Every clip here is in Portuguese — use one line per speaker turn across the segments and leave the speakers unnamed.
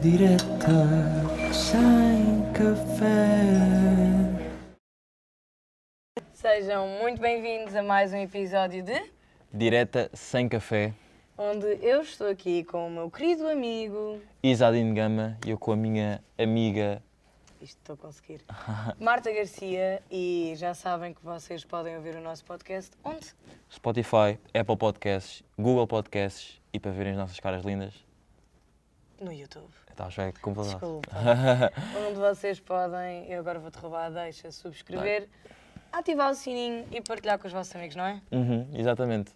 Direta sem café.
Sejam muito bem-vindos a mais um episódio de
Direta sem café,
onde eu estou aqui com o meu querido amigo.
Isadine Gama e eu com a minha amiga.
Isto estou a conseguir. Marta Garcia, e já sabem que vocês podem ouvir o nosso podcast onde?
Spotify, Apple Podcasts, Google Podcasts e para verem as nossas caras lindas.
No YouTube.
Está a chegar complicado.
Desculpa. onde vocês podem, eu agora vou-te roubar a deixa, subscrever, ativar o sininho e partilhar com os vossos amigos, não é?
Uhum, exatamente.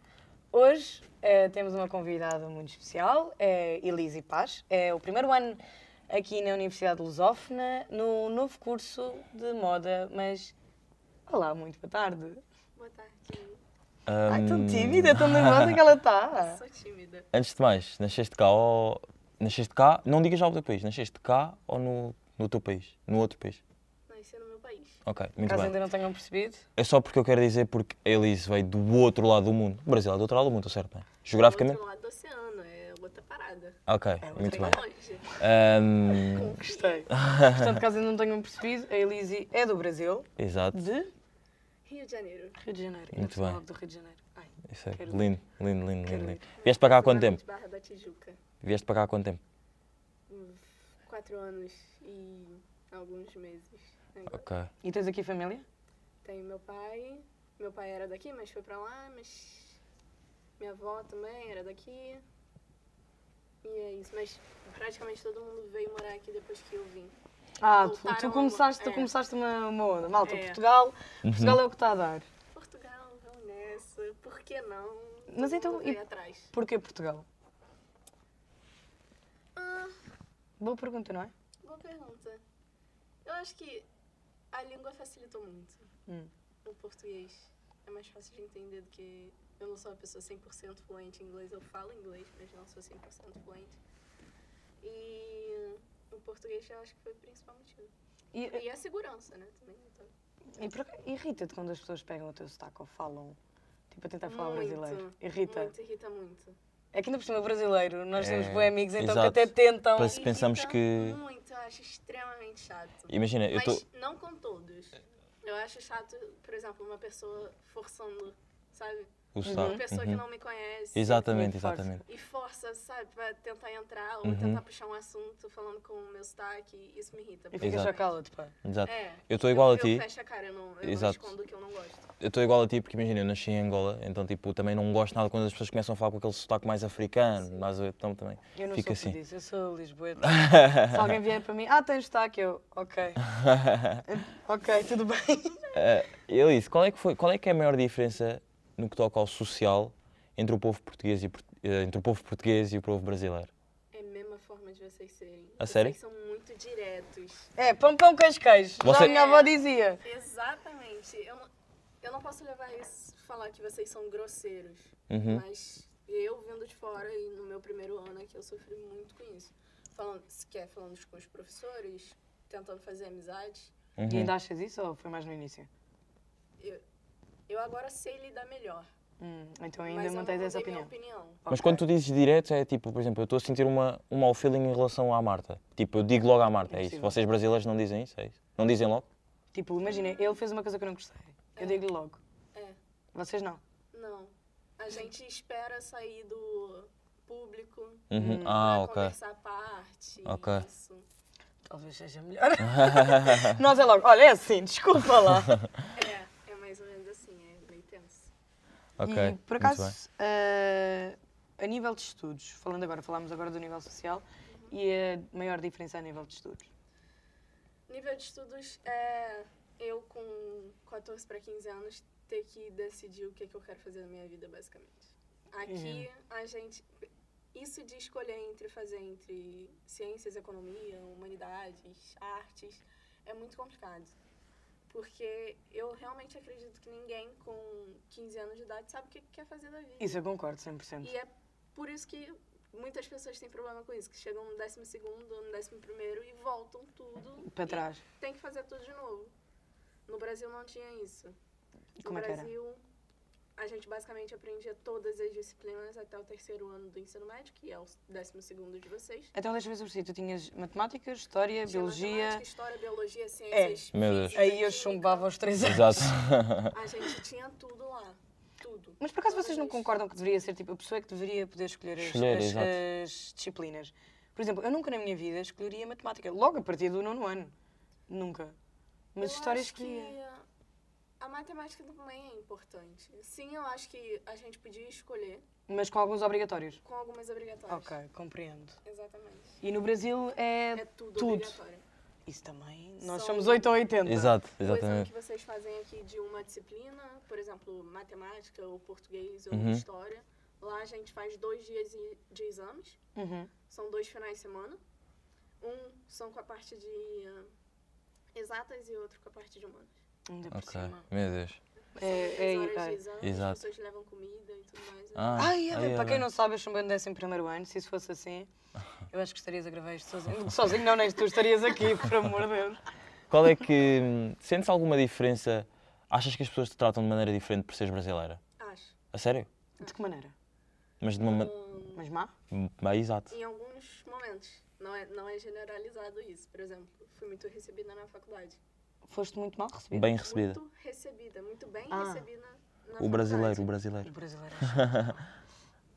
Hoje eh, temos uma convidada muito especial, é Elise Paz. É o primeiro ano aqui na Universidade Lusófona, no novo curso de moda, mas... Olá, muito boa tarde.
Boa tarde.
Ai, tão
Hum,
tímida, tão nervosa que ela tá. está.
Sou tímida.
Antes de mais, nasceste cá ou. Nasceste cá, não digas já o teu país, nasceste cá ou no, no teu país? No outro país?
Não, isso é no meu país.
Ok, muito
Caso
bem.
ainda não tenham percebido,
É só porque eu quero dizer porque a Elise veio do outro lado do mundo. O Brasil é do outro lado do mundo, estou certo, não é? Geograficamente?
Do outro lado do oceano, é outra parada.
Ok, muito
Bem
bem.
longe.
Hum,
gostei. Portanto, caso ainda não tenham percebido, a Elise é do Brasil,
exato.
de
Rio de Janeiro.
Rio de Janeiro. Ainda
Muito
por cima
bem.
logo do Rio de Janeiro. Ai,
Isso é
Quero ir.
lindo, lindo, lindo,
Quero
lindo,
ir.
lindo. Vieste para cá há quanto tempo?
Zona de Barra da Tijuca.
Vieste para cá há quanto tempo?
Hum, Quatro anos e alguns meses. agora.
Ok.
E tens aqui família?
Tem meu pai. Meu pai era daqui, mas foi pra lá. Mas minha avó também era daqui. E é isso. Mas praticamente todo mundo veio morar aqui depois que eu vim.
Ah, tu,
Voltaram
tu
a-
começaste, tu
é.
começaste uma, uma onda. Malta,
É.
Portugal,
Uhum.
Portugal é o que está a dar.
Portugal, vão nessa. Por que não?
Mas
Todo
então,
mundo
e-
veio atrás.
Porquê Portugal?
Ah,
Boa pergunta, não é?
Boa pergunta. Eu acho que a língua facilitou muito.
Hum.
O português é mais fácil de entender do que. Eu não sou uma pessoa 100% fluente em inglês. Eu falo inglês, mas não sou 100% fluente. E o português eu acho que foi o principal motivo.
E,
E a segurança, né? Também. Então,
e por acaso, irrita-te quando as pessoas pegam o teu sotaque ou falam, tipo, a tentar falar
Muito,
brasileiro? Irrita.
Muito, irrita muito.
É que ainda por cima é brasileiro, nós
É,
somos bons amigos, então
exato.
que até tentam.
Pois- Se
Irrita
pensamos que-
Muito, eu acho extremamente chato.
Imagina, eu
Mas
estou.
não com todos. Eu acho chato, por exemplo, uma pessoa forçando, sabe?
O
Uma
sotaque.
pessoa que
uhum.
não me conhece.
Exatamente,
me força.
exatamente.
E força, sabe, pra tentar entrar ou
Uhum.
tentar puxar um assunto falando com o meu sotaque. Isso me irrita.
E fica
Exato.
já cala-te, pá.
Exato.
É.
Eu tô igual a
eu,
ti.
Eu fecho a cara, eu não, eu não
Exato.
escondo que eu não gosto.
Eu estou igual a ti porque imagina, eu nasci em Angola, então tipo, também não gosto nada quando as pessoas começam a falar com aquele sotaque mais africano, mas eu então, também.
Eu não
Fica
sou
assim.
assim. eu sou lisboeta. Se alguém vier para mim, ah, tens sotaque, eu, ok. ok, tudo bem.
Eu disse, qual é que foi, qual é que é a maior diferença no que toca ao social entre o povo português e port- eh, entre o povo português e o povo brasileiro?
É a mesma forma de vocês serem.
A
vocês
Ah, sério?
são muito diretos.
É, pão, pão, queijo, queijo. Já
Você-
a minha avó dizia.
Exatamente. Eu não, eu não posso levar isso, falar que vocês são grosseiros.
Uhum.
Mas eu vindo de fora e no meu primeiro ano aqui eu sofri muito com isso. Falando, sequer falando com os professores, tentando fazer amizade.
E
Uhum.
ainda achas isso ou foi mais no início?
Eu, eu agora sei lidar melhor.
Hum, então
mas
ainda
eu não
mantens essa
mudei
opinião.
Minha opinião.
Mas
Ok.
quando tu dizes direto, é tipo, por exemplo, eu estou a sentir uma, um mau feeling em relação à Marta. Tipo, eu digo logo à Marta, é isso.
Impossível.
Vocês brasileiros não dizem isso, é isso. Não dizem logo?
Tipo, imagina, ele fez uma coisa que eu não gostei. Eu digo-lhe logo.
É.
Vocês não.
Não. A gente espera sair do público
Hum,
Uhum.
é
pra
Ah, ok.
conversar à parte.
Ok.
Isso.
Talvez seja melhor. Nós é logo, olha, é assim, desculpa lá.
É, é mais ou menos assim, é bem tenso.
Ok.
e
muito
por acaso,
bem.
eh, a nível de estudos, falando agora, falámos agora do nível social e a maior diferença é a nível de estudos.
Nível de estudos é eu com 14 para 15 anos ter que decidir o que, é que eu quero fazer na minha vida, basicamente. Aqui a gente isso de escolher entre fazer entre ciências, economia, humanidades, artes é muito complicado. Porque eu realmente acredito que ninguém com 15 anos de idade sabe o que quer fazer da vida.
Isso eu concordo 100%.
E é por isso que muitas pessoas têm problema com isso, que chegam no 12 segundo, no 11 primeiro e voltam tudo
Para
e
trás.
tem que fazer tudo de novo. No Brasil não tinha isso. No
Como é que era?
Brasil a gente basicamente aprendia todas as disciplinas até o terceiro ano do ensino médio, que é o décimo segundo de vocês.
Então deixa-me ver se tu tinhas matemática, história,
Tinha
biologia.
matemática, História, biologia, ciências.
É, Meu Deus.
física,
Aí eu
química.
chumbava aos três anos.
Exato.
A gente tinha tudo lá. Tudo.
Mas por acaso
Todas
vocês não
as-
concordam que deveria ser tipo a pessoa é que deveria poder escolher as,
Escolher,
as-
exato.
as disciplinas? Por exemplo, eu nunca na minha vida escolheria matemática, logo a partir do nono ano. Nunca. Mas
Eu
história
acho que
escolhia.
A matemática também é importante. Sim, eu acho que a gente podia escolher
Mas com alguns obrigatórios.
com algumas obrigatórias.
Ok, compreendo.
Exatamente.
E no Brasil é.
É um. tudo,
Tudo.
obrigatório.
Isso também. Nós
São-
somos 8 ou 80.
Exato,
Coisa
exatamente.
que vocês fazem aqui de uma disciplina, por exemplo, matemática ou português ou
Uhum.
história. Lá a gente faz dois dias e- de exames.
Uhum.
São dois finais de semana. Um são com a parte de ah, exatas e outro com a parte de humanas.
Ainda por
Ok.
cima.
Meu Deus.
É,
São
é,
três horas
é.
de exame,
Exato.
as pessoas levam comida e tudo mais. né?
Ah,
Ai, é,
aí
bem, para quem
bem.
não sabe, eu chumbei no 11 primeiro ano. Se isso fosse assim, eu acho que estarias a gravar isto sozinho. Sozinho não, nem tu estarias aqui, por amor de Deus.
Qual é que. hum, Sentes alguma diferença? Achas que as pessoas te tratam de maneira diferente por seres brasileira?
Acho.
A sério?
De que maneira?
Mas de uma. ma-
Ahn,
Mas má?
Bem, exato.
em alguns momentos. Não é, não é generalizado isso. Por exemplo, fui muito recebida na faculdade.
Foste muito mal recebida.
Bem recebida.
Muito recebida, muito bem
Ah.
recebida na
O brasileiro, o
faculdade.
brasileiro.
O brasileiro é chato.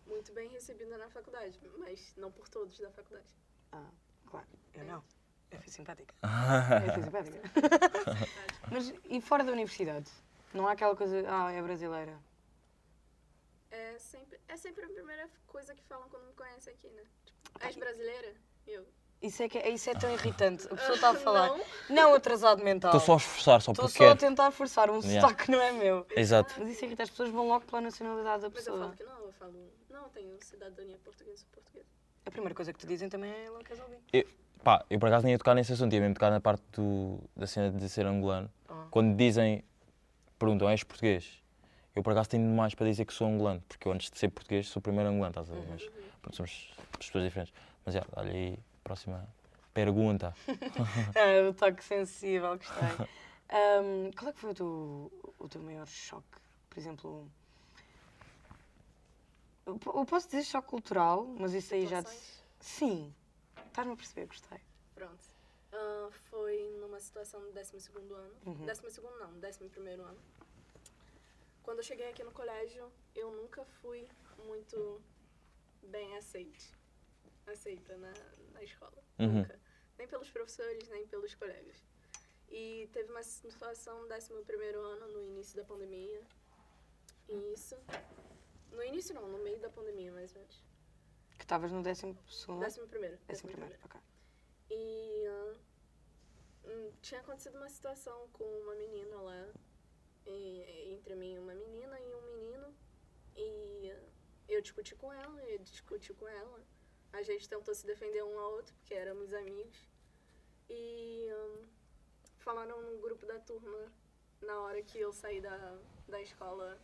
Muito bem recebida na faculdade, mas não por todos da faculdade.
Ah, claro. Eu não. Eu fui simpática. Eu fui simpática. Mas e fora da universidade? Não há aquela coisa, ah, é brasileira.
É sempre, é sempre a primeira coisa que falam quando me conhecem aqui, né? Tipo, és brasileira? E Eu.
Isso é, que, isso é tão irritante. A pessoa está a falar.
Não.
Não, atrasado mental.
Estou só a esforçar, só
Estou
porque
só a
quero.
tentar forçar um
Yeah.
sotaque, não é meu.
Exato.
Mas isso irrita, as pessoas vão logo pela nacionalidade da
Mas eu falo
pessoa.
que não, eu falo, não, eu tenho cidadania portuguesa, sou portuguesa.
A primeira coisa que te dizem também é não queres ouvir.
Eu, pá, eu por acaso nem ia tocar nesse assunto, ia mesmo tocar na parte do, da cena de ser angolano.
Ah.
Quando dizem, perguntam, és português? Eu por acaso tenho mais para dizer que sou angolano, porque eu antes de ser português sou primeiro angolano, estás a
Uhum.
ver? Mas pronto, somos pessoas diferentes. Mas já, olha aí, próxima pergunta.
Ah, o toque sensível, gostei. Ahm, qual é que foi o teu, o teu maior choque? Por exemplo, eu po- eu posso dizer choque cultural, mas isso aí já. te-
Situações?
Sim, estás-me a perceber, gostei.
Pronto. Ah, foi numa situação do 12 ano. 12 não, 11 ano. Quando eu cheguei aqui no colégio, eu nunca fui muito bem aceite, aceita na, na escola.
Uhum.
Nunca. Nem pelos professores, nem pelos colegas. E teve uma situação no 11 ano, no início da pandemia. E isso. No início, não, no meio da pandemia, mais ou menos.
Que estavas no décimo segundo.
11 primeiro.
Uhum. décimo primeiro, ok.
E ah, hum, tinha acontecido uma situação com uma menina lá, e- entre mim e uma menina e um menino. E ah, eu discuti com ela, ele discutiu com ela. A gente tentou se defender um ao outro, porque éramos amigos. E ah, falaram no grupo da turma, na hora que eu saí da, da escola,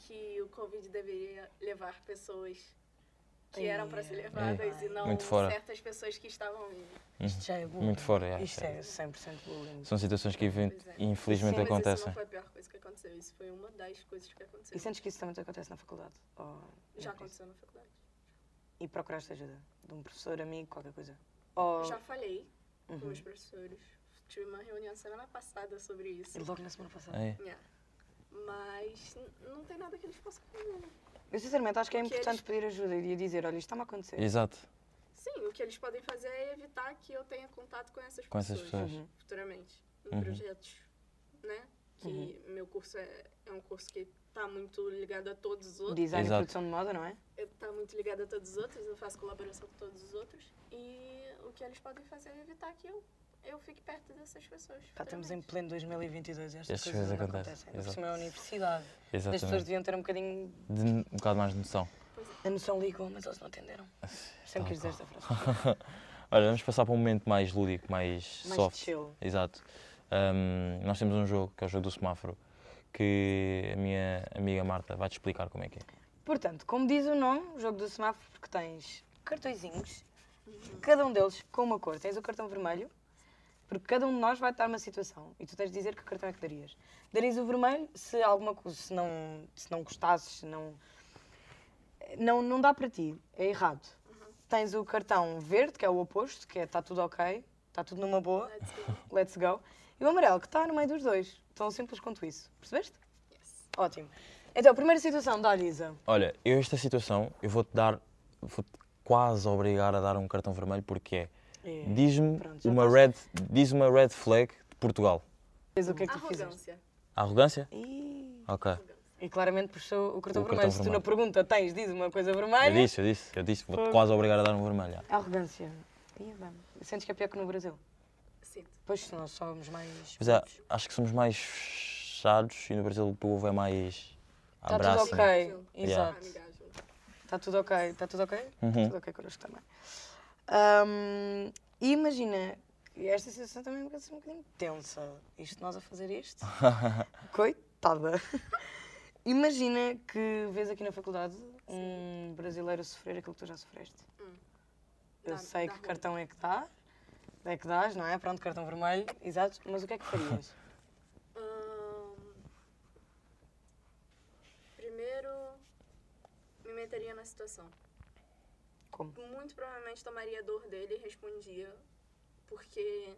que o Covid deveria levar pessoas que eram para ser
Ai,
levadas e
ai.
não
É. Muito fora.
certas pessoas que estavam indo.
Isto já é bullying.
Muito fora, já,
Isto
já.
é 100% bullying.
São situações que even-
Pois é.
infelizmente
Sim, mas Isso
acontecem.
não foi a pior coisa que aconteceu, isso foi uma das coisas que aconteceu.
E
é
sentes que isso também te acontece na faculdade? Ou-
Já aconteceu na faculdade.
E procuraste ajuda de um professor, amigo, qualquer coisa? Ou... Uhum.
Já falei
Uhum.
com os professores. Tive uma reunião semana passada sobre isso.
E Logo na semana passada.
Aí.
Yeah. Mas n- não tem nada que eles possam fazer. né?
Eu sinceramente acho que é
Porque
importante
eles-
pedir ajuda e dizer, olha, isto está-me a acontecer.
Exato.
Sim, o que eles podem fazer é evitar que eu tenha contato com essas
Com essas
pessoas,
pessoas. Uhum. Uhum.
futuramente. Em projetos, né? Que meu curso é, é um curso que está muito ligado a todos os outros.
Design
Exato.
e produção de moda, não é?
eu tá muito ligada a todos os outros, eu faço colaboração com todos os outros. E o que eles podem fazer é evitar que eu, eu fique perto dessas pessoas.
Pá, estamos em
futuramente.
pleno 2022 e estas
Estas
coisas
coisas
ainda
acontecem,
acontecem. Ainda Por
exato.
cima é a universidade. As pessoas
Exatamente.
deviam ter um bocadinho...
De um bocado mais de noção.
A noção ligou, mas eles não atenderam.
Ah, Então
Sempre quis dizer
tá.
esta frase.
Olha, vamos passar para um momento mais lúdico, mais,
Mais
soft.
chill.
Exato. Ahm, nós temos um jogo, que é o jogo do semáforo, que a minha amiga Marta vai te explicar como é que é.
Portanto, como diz o nome, o jogo do semáforo, porque tens cartõezinhos, cada um deles com uma cor. Tens o cartão vermelho, Porque cada um de nós vai estar numa situação e tu tens de dizer que cartão é que darias. Darias o vermelho se alguma coisa, se não, se não gostasses, se não, não. Não dá para ti, é errado. Tens o cartão verde, que é o oposto, que é está tudo ok, está tudo numa boa,
Let's go.
let's go. E o amarelo, que está no meio dos dois. Tão simples quanto isso. Percebeste?
Yes.
Ótimo. Então, primeira situação da Lisa.
Olha, eu esta situação, eu vou-te dar, vou-te quase obrigar a dar um cartão vermelho porque é,
É,
diz-me
pronto, já tá
uma,
estás-
red, diz uma red flag de Portugal.
Fez o que é que tu fizeste.
Arrogância.
Arrogância?
Ih,
Ok.
E claramente puxou o cartão
O cartão
vermelho. Se tu na
vermelho.
pergunta tens, diz uma coisa
Eu
vermelha.
disse, eu disse, eu disse, vou-te quase obrigar a dar um vermelho. já.
Arrogância. Ih, bem. Sentes que é pior que no Brasil?
Sinto.
Pois, nós somos mais.
Mas é, acho que somos mais fechados e no Brasil o povo é mais
Está Tá tudo
abraço. né?
ok.
Sim.
Yeah.
Exato.
Amigável.
Está tudo ok. Está tudo ok? Está
Uhum.
tudo ok connosco também. Ahm, e imagina, esta situação também me parece um bocadinho tensa. Isto, nós a fazer isto. Coitada. Imagina que vês aqui na faculdade um brasileiro sofrer aquilo que tu já sofreste.
Hum.
Eu
Dá-
sei
dá
que
ruim.
cartão é que dá, é que dás, não é? Pronto, cartão vermelho, exato. Mas o que é que farias?
Ahn, primeiro, me meteria na situação.
Como?
Muito provavelmente tomaria a dor dele e respondia, porque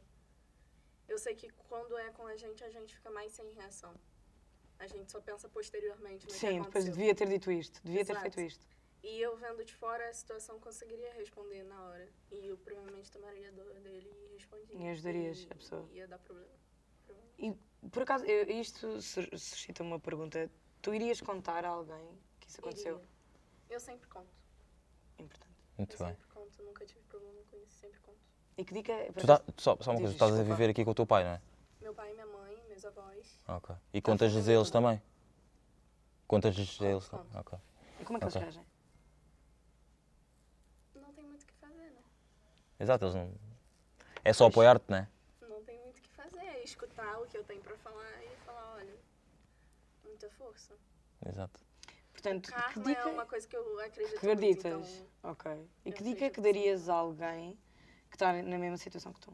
eu sei que quando é com a gente, a gente fica mais sem reação. A gente só pensa posteriormente no que
Sim, depois
aconteceu.
devia ter dito isto, devia ter
Exato.
feito isto.
E eu vendo de fora a situação, conseguiria responder na hora. E eu provavelmente tomaria a dor dele e respondia.
E ajudarias a pessoa.
Ia dar problema. Provavelmente.
E por acaso, eu- isto sus- suscita uma pergunta. Tu irias contar a alguém que isso aconteceu?
Iria. Eu sempre conto.
Importante.
Muito
eu
bem.
sempre conto, nunca tive problema com isso, sempre conto.
E que dica é
Tu tá,
acaso,
só, só uma coisa,
Diz,
tu estás a
desculpa.
viver aqui com o teu pai, não é?
Meu pai, minha mãe, meus avós.
Ok. E contas-lhes a eles também? Contas-lhes a eles
Conto,
também? Ok.
como é que
Ok.
eles reagem?
Não tem muito o que fazer, né?
Exato, eles não. É só apoiar-te, não é?
Não tem muito o que fazer. É escutar o que eu tenho pra falar e falar, olha, muita força.
Exato.
Portanto, que
Karma
dica.
é uma coisa que eu acredito muito,
Acreditas?
então,
Ok. E
eu
que dica é que
acredito que sim.
darias a alguém que está na mesma situação que tu?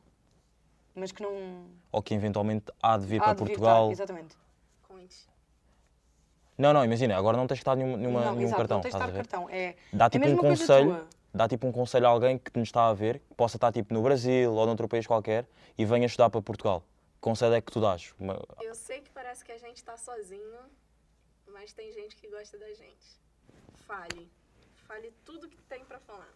Mas que não.
Ou que eventualmente há de vir
há
para
de vir tá,
Portugal.
tar- Exatamente.
conte.
Não, não, imagina, agora não tens de dar nenhum, nenhuma-
não,
nenhum
exato,
um cartão,
não tens de
estás a
estar
ver?
cartão. É,
Dá
a
tipo um
mesma coisa
conselho,
tua.
dá tipo um conselho a alguém que nos está a ver, que possa estar tipo no Brasil ou noutro país qualquer e venha estudar para Portugal. Que conselho é que tu dás? Uma-
Eu sei que parece que a gente tá sozinho, mas tem gente que gosta da gente. Fale. Fale tudo que tem pra falar.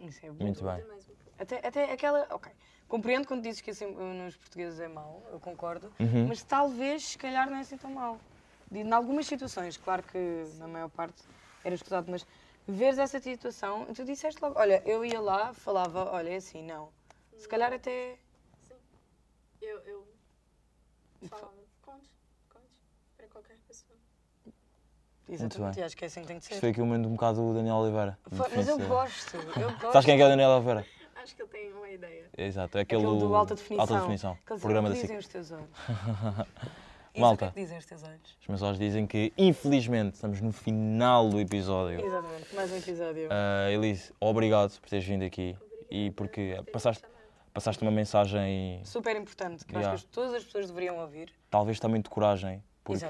Isso é bom.
Muito
Tudo
bem.
e mais um pouco.
Até, até aquela. Ok. Compreendo quando dizes que assim, uh, nos portugueses é mau, eu concordo.
Uhum.
Mas talvez, se calhar, não é assim tão mau. De- Em algumas situações, claro que na maior parte era escusado, mas vês essa situação e tu disseste logo: olha, eu ia lá, falava, olha, é assim, não. Se calhar até.
Sim. Eu, eu falava, conte, conte. Pra qualquer pessoa.
Exatamente,
bem.
e acho que é assim que tem que
Isto
ser.
foi aqui o momento um bocado do Daniel Oliveira.
Foi- mas eu
Defensa.
gosto, eu gosto.
Sabes quem é que é o Daniel Oliveira?
Acho que eu tenho uma ideia.
Exato, é aquele,
Aquele do Alta Definição.
Alta Definição,
Aqueles
programa
que
da SIC.
dizem os teus olhos. Isso, é
Malta.
O que é que dizem os teus olhos?
Os meus olhos dizem que, infelizmente, estamos no final do episódio.
Exatamente, mais um episódio.
Ah, Elise, obrigado por teres vindo aqui e porque
Obrigada por terem me
passaste,
chamado.
passaste uma mensagem,
Super importante, que eu
Yeah.
acho que todas as pessoas deveriam ouvir.
talvez também de coragem, porque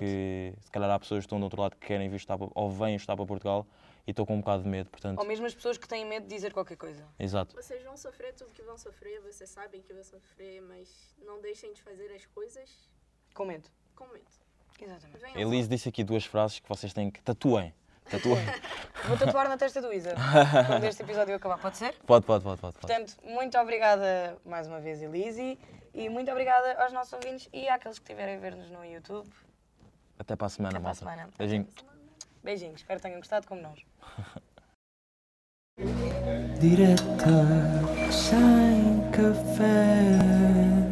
se calhar há pessoas que estão do outro lado que querem vir estar, para- ou vêm estar para Portugal e estou com um bocado de medo, portanto.
Ou mesmo as pessoas que têm medo de dizer qualquer coisa.
Exato,
Vocês vão sofrer tudo que vão sofrer, vocês sabem que vão sofrer, mas não deixem de fazer as coisas
Com medo.
com medo.
Exatamente.
Venham
Elise disse aqui duas frases que vocês têm que tatuem. Tatuem.
Vou tatuar na testa do Isa quando este episódio acabar, pode ser?
pode, pode, pode, pode. pode.
Portanto, muito obrigada mais uma vez, Elise, e muito obrigada aos nossos ouvintes e àqueles que estiverem a ver-nos no YouTube.
Até para a semana,
Até para a
malta.
semana.
Beijinho.
Beijinhos, espero que tenham gostado como nós.
direta, sem café.